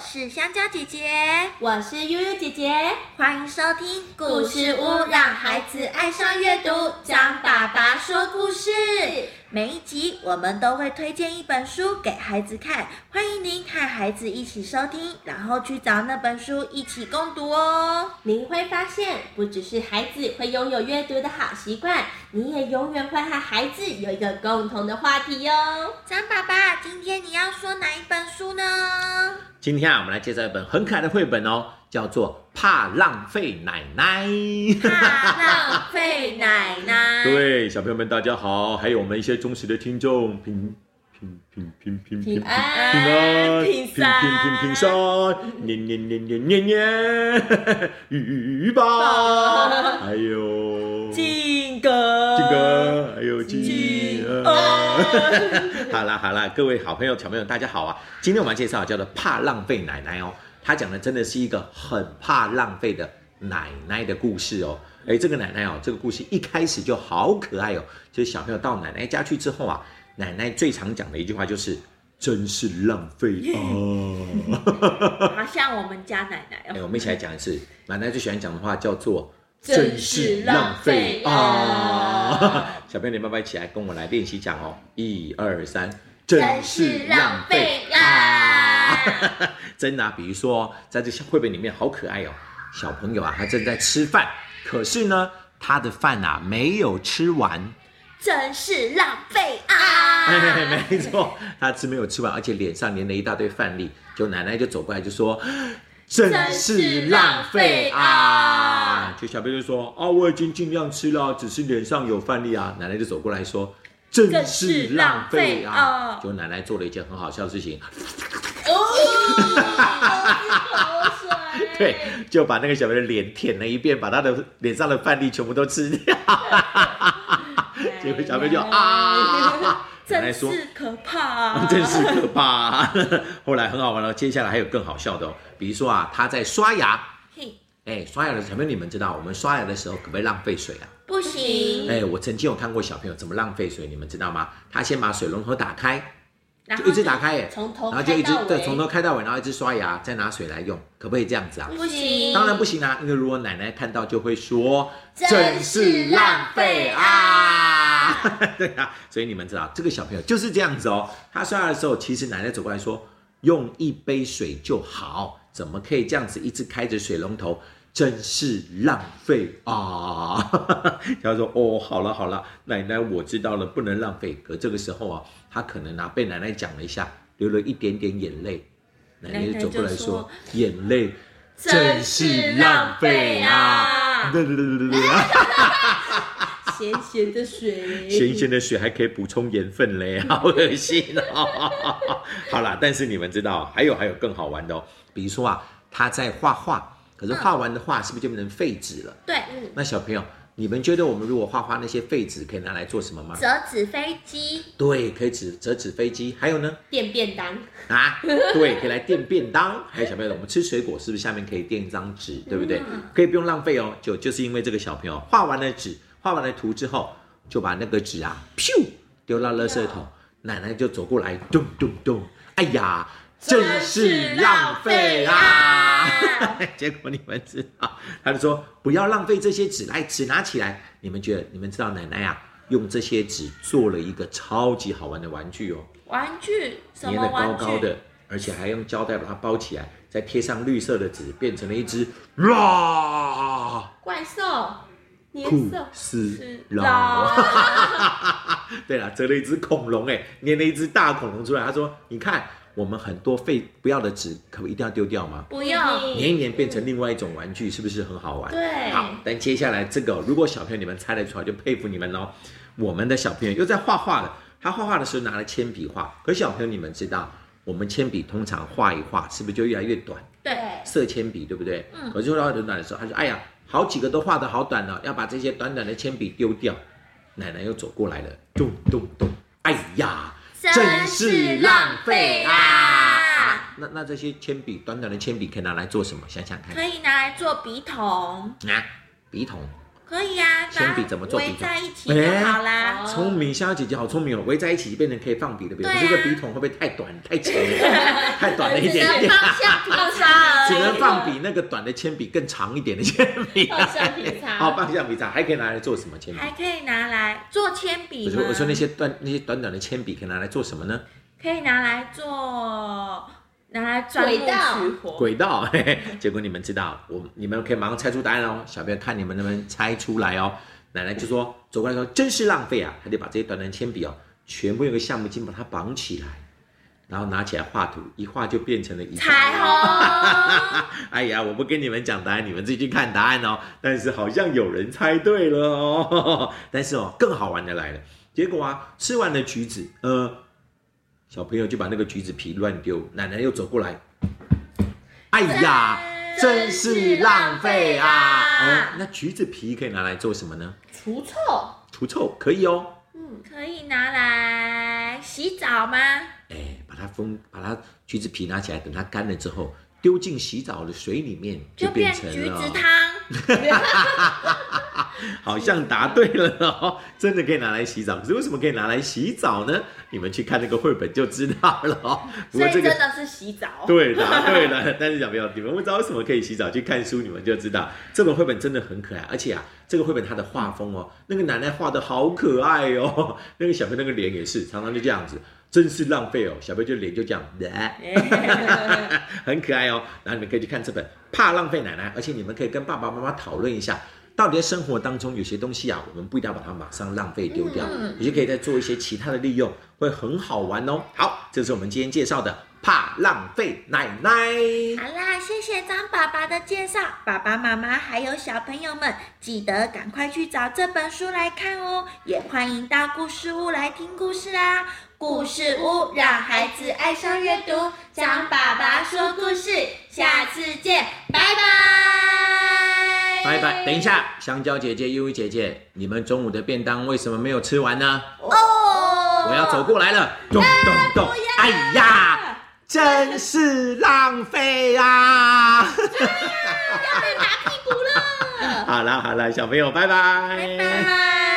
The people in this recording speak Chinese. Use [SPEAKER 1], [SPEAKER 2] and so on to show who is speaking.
[SPEAKER 1] 是香蕉姐姐，
[SPEAKER 2] 我是悠悠姐姐，
[SPEAKER 1] 欢迎收听
[SPEAKER 2] 故事屋让孩子爱上阅读张爸爸说故事
[SPEAKER 1] 每一集我们都会推荐一本书给孩子看，欢迎您和孩子一起收听，然后去找那本书一起共读哦。
[SPEAKER 2] 您会发现，不只是孩子会拥有阅读的好习惯，你也永远会和孩子有一个共同的话题哟、
[SPEAKER 1] 张爸爸，今天你要说哪一本书呢？
[SPEAKER 3] 今天啊，我们来介绍一本很可爱的绘本哦，叫做《怕浪费奶奶》。
[SPEAKER 1] 怕
[SPEAKER 2] 浪费奶奶，
[SPEAKER 3] 各位小朋友们，大家好，还有我们一些忠实的听众，平平平平平
[SPEAKER 2] 平
[SPEAKER 3] 平
[SPEAKER 2] 安
[SPEAKER 3] 安
[SPEAKER 2] 平
[SPEAKER 3] 平平
[SPEAKER 2] 山
[SPEAKER 3] 平平山，年年年年年年，鱼
[SPEAKER 2] 宝
[SPEAKER 3] 吧，还有
[SPEAKER 2] 进哥，
[SPEAKER 3] 这个，还有鸡
[SPEAKER 2] 鸡
[SPEAKER 3] 好啦好啦，各位好朋友、小朋友，大家好啊！今天我们要介绍叫做“怕浪费奶奶”哦，她讲的真的是一个很怕浪费的奶奶的故事哦。哎，这个奶奶哦，这个故事一开始就好可爱哦，就是小朋友到奶奶家去之后啊，奶奶最常讲的一句话就是“真是浪费啊”。
[SPEAKER 1] 好像我们家奶奶
[SPEAKER 3] 哎、
[SPEAKER 1] 哦。
[SPEAKER 3] 我们一起来讲一次，奶奶最喜欢讲的话叫做“
[SPEAKER 2] 真是浪费啊！”
[SPEAKER 3] 小朋友，你爸爸一起来跟我来练习讲哦，一二三，
[SPEAKER 2] 真是浪费！啊！
[SPEAKER 3] 真的、啊，比如说在这绘本里面好可爱哦，小朋友啊，他正在吃饭，可是呢，他的饭啊没有吃完。
[SPEAKER 1] 真是浪费啊！
[SPEAKER 3] 哎， 没错，他吃没有吃完，而且脸上粘了一大堆饭粒。就奶奶就走过来就说：“真是浪费啊！”就小贝就说：“啊，我已经尽量吃了，只是脸上有饭粒啊。”奶奶就走过来说：“真是浪费啊！”就奶奶做了一件很好笑的事情，
[SPEAKER 2] 哦，口水，
[SPEAKER 3] 对，就把那个小朋友的脸舔了一遍，把他的脸上的饭粒全部都吃 掉。 结果小贝就 啊，奶奶
[SPEAKER 1] 真
[SPEAKER 3] 说。
[SPEAKER 1] 是可怕啊！
[SPEAKER 3] 真是可怕、啊。后来很好玩了、哦，接下来还有更好笑的哦，比如说啊，他在刷牙，
[SPEAKER 1] 嘿
[SPEAKER 3] 哎，刷牙的小朋友你们知道，我们刷牙的时候可不可以浪费水啊？
[SPEAKER 1] 不
[SPEAKER 2] 嗯
[SPEAKER 1] 行，
[SPEAKER 3] 哎，我曾经有看过小朋友怎么浪费水，你们知道吗？他先把水龙头打开，
[SPEAKER 1] 然
[SPEAKER 3] 就
[SPEAKER 1] 后
[SPEAKER 3] 一直打开，哎，
[SPEAKER 2] 从头
[SPEAKER 3] 然后
[SPEAKER 2] 开
[SPEAKER 3] 就一直
[SPEAKER 2] 到尾，
[SPEAKER 3] 对，从头开到尾，然后一直刷牙，再拿水来用，可不可以这样子啊？
[SPEAKER 2] 不行，
[SPEAKER 3] 当然不行啊，因为如果奶奶看到就会说
[SPEAKER 2] 真是浪费啊！
[SPEAKER 3] 对啊，所以你们知道这个小朋友就是这样子哦。他刷牙的时候，其实奶奶走过来说用一杯水就好，怎么可以这样子一直开着水龙头？真是浪费啊！他说：“哦，好了好了，奶奶我知道了，不能浪费。”可这个时候啊，他可能啊被奶奶讲了一下，流了一点点眼泪，奶奶就走过来说：“眼泪
[SPEAKER 2] 真是浪费啊！
[SPEAKER 3] 对对对对对对，
[SPEAKER 2] 咸咸的水，
[SPEAKER 3] 咸咸的水还可以补充盐分嘞， 好恶心哦！ 好啦，但是你们知道，还有还有更好玩的哦，比如说啊，他在画画，可是画完的画是不是就变成废纸了？
[SPEAKER 1] 对，
[SPEAKER 3] 那小朋友，你们觉得我们如果画画那些废纸可以拿来做什么吗？
[SPEAKER 1] 折纸飞机，
[SPEAKER 3] 对，可以纸折纸飞机，还有呢？
[SPEAKER 2] 垫便当，
[SPEAKER 3] 啊，对，可以来垫便当。还有小朋友，我们吃水果是不是下面可以垫一张纸，对不对？可以不用浪费哦。就就是因为这个小朋友画完了纸，画完了图之后，就把那个纸啊，噗，丢到垃圾桶。奶奶就走过来，咚咚咚，哎呀，真是浪费啊！ 结果你们知道，他就说不要浪费这些纸，来，纸拿起来。你们觉得，你们知道奶奶啊，用这些纸做了一个超级好玩的玩具哦。
[SPEAKER 1] 玩具什
[SPEAKER 3] 粘
[SPEAKER 1] 么
[SPEAKER 3] 的高
[SPEAKER 1] 玩具？
[SPEAKER 3] 高的，而且还用胶带把它包起来，再贴上绿色的纸，变成了一只哇
[SPEAKER 2] 怪兽，年
[SPEAKER 3] 酷
[SPEAKER 2] 兽，
[SPEAKER 3] 斯
[SPEAKER 1] 是
[SPEAKER 3] 拉。
[SPEAKER 1] 啦
[SPEAKER 3] 对了，折了一只恐龙，哎，粘了一只大恐龙出来。他说：“你看，我们很多废不要的纸，可不一定要丢掉吗？
[SPEAKER 1] 不用，
[SPEAKER 3] 粘一粘变成另外一种玩具，是不是很好玩？”
[SPEAKER 1] 对，
[SPEAKER 3] 好，但接下来这个，如果小朋友你们猜得出来，就佩服你们喽。我们的小朋友又在画画了，他画画的时候拿了铅笔画，可小朋友你们知道，我们铅笔通常画一画，是不是就越来越短？
[SPEAKER 1] 对，
[SPEAKER 3] 色铅笔对不对？
[SPEAKER 1] 嗯
[SPEAKER 3] 可是画到很短的时候，他说：“哎呀，好几个都画的好短了、要把这些短短的铅笔丢掉。”奶奶又走过来了，咚咚咚，哎呀，真是浪费啊！那那这些铅笔，短短的铅笔可以拿来做什么？想想看
[SPEAKER 1] 可以拿来做笔筒，
[SPEAKER 3] 啊，笔筒
[SPEAKER 1] 可以啊，把
[SPEAKER 3] 铅笔
[SPEAKER 1] 它
[SPEAKER 3] 怎么做
[SPEAKER 1] 围
[SPEAKER 3] 笔筒
[SPEAKER 1] 在一起就好啦。
[SPEAKER 2] 哦
[SPEAKER 3] 聪明，香蕉姐姐好聪明哦，围在一起变成可以放笔的笔筒。
[SPEAKER 1] 对啊
[SPEAKER 3] 这个笔筒会不会太短、太 长、太短了一点点？
[SPEAKER 2] 橡皮擦
[SPEAKER 3] 只能放啊比那个短的铅笔更长一点的铅 笔。
[SPEAKER 2] 放橡皮擦。
[SPEAKER 3] 好，棒橡皮擦还可以拿来做什么铅笔？
[SPEAKER 1] 还可以拿来做铅笔
[SPEAKER 3] 哎我
[SPEAKER 1] 吗
[SPEAKER 3] 说？我说那些短那些短短的铅笔可以拿来做什么呢？
[SPEAKER 1] 可以拿来做，拿来钻木
[SPEAKER 2] 轨道
[SPEAKER 1] 取火。
[SPEAKER 3] 轨道。 嘿嘿结果你们知道，我你们可以马上猜出答案哦。小朋友看你们能不能猜出来哦。奶奶就说走过来说真是浪费啊，她就把这些短短的铅笔哦，全部用个橡木筋把它绑起来，然后拿起来画图，一画就变成了一道
[SPEAKER 1] 彩虹，
[SPEAKER 3] 哎呀，我不跟你们讲答案，你们自己去看答案哦。但是好像有人猜对了哦。 但是哦，更好玩的来了，结果啊，吃完了橘子，呃，小朋友就把那个橘子皮乱丢，奶奶又走过来，哎呀，真是浪费啊！哦，那橘子皮可以拿来做什么呢？
[SPEAKER 2] 除臭，
[SPEAKER 3] 除臭可以哦。
[SPEAKER 2] 嗯，
[SPEAKER 1] 可以拿来洗澡吗？
[SPEAKER 3] 哎，把它封，把它橘子皮拿起来，等它干了之后，丢进洗澡的水里面，
[SPEAKER 1] 就
[SPEAKER 3] 变
[SPEAKER 1] 变
[SPEAKER 3] 成
[SPEAKER 1] 橘
[SPEAKER 3] 了哦
[SPEAKER 1] 子汤。
[SPEAKER 3] 好像答对了哦，真的可以拿来洗澡。可是为什么可以拿来洗澡呢？你们去看那个绘本就知道了哦。 不
[SPEAKER 1] 所以
[SPEAKER 3] 过这
[SPEAKER 1] 真
[SPEAKER 3] 个
[SPEAKER 1] 的是洗澡。
[SPEAKER 3] 对答对了，但是小朋友，你们不知道为什么可以洗澡，去看书你们就知道，这本绘本真的很可爱。而且啊，这个绘本它的画风哦，那个奶奶画的好可爱哦，那个小朋友那个脸也是，常常就这样子，真是浪费哦。小朋友就脸就这样， 呃很可爱哦。然后你们可以去看这本《怕浪费奶奶》，而且你们可以跟爸爸妈妈讨论一下，到底在生活当中有些东西啊，我们不一定要把它马上浪费丢掉，也就可以再做一些其他的利用，会很好玩哦。好，这是我们今天介绍的《怕浪费奶奶》。
[SPEAKER 1] 好啦，谢谢张爸爸的介绍，爸爸妈妈还有小朋友们，记得赶快去找这本书来看哦，也欢迎到故事屋来听故事啦。故事屋让孩子爱上阅读，张爸爸说故事，下次见，拜拜，
[SPEAKER 3] 拜拜！等一下，香蕉姐姐、优衣姐姐，你们中午的便当为什么没有吃完呢？
[SPEAKER 1] 哦，
[SPEAKER 3] 我要走过来了，咚咚咚！哎呀，真是浪费 啊！
[SPEAKER 2] 被打屁股了。
[SPEAKER 3] 好啦好啦，小朋友，拜拜
[SPEAKER 1] 拜拜。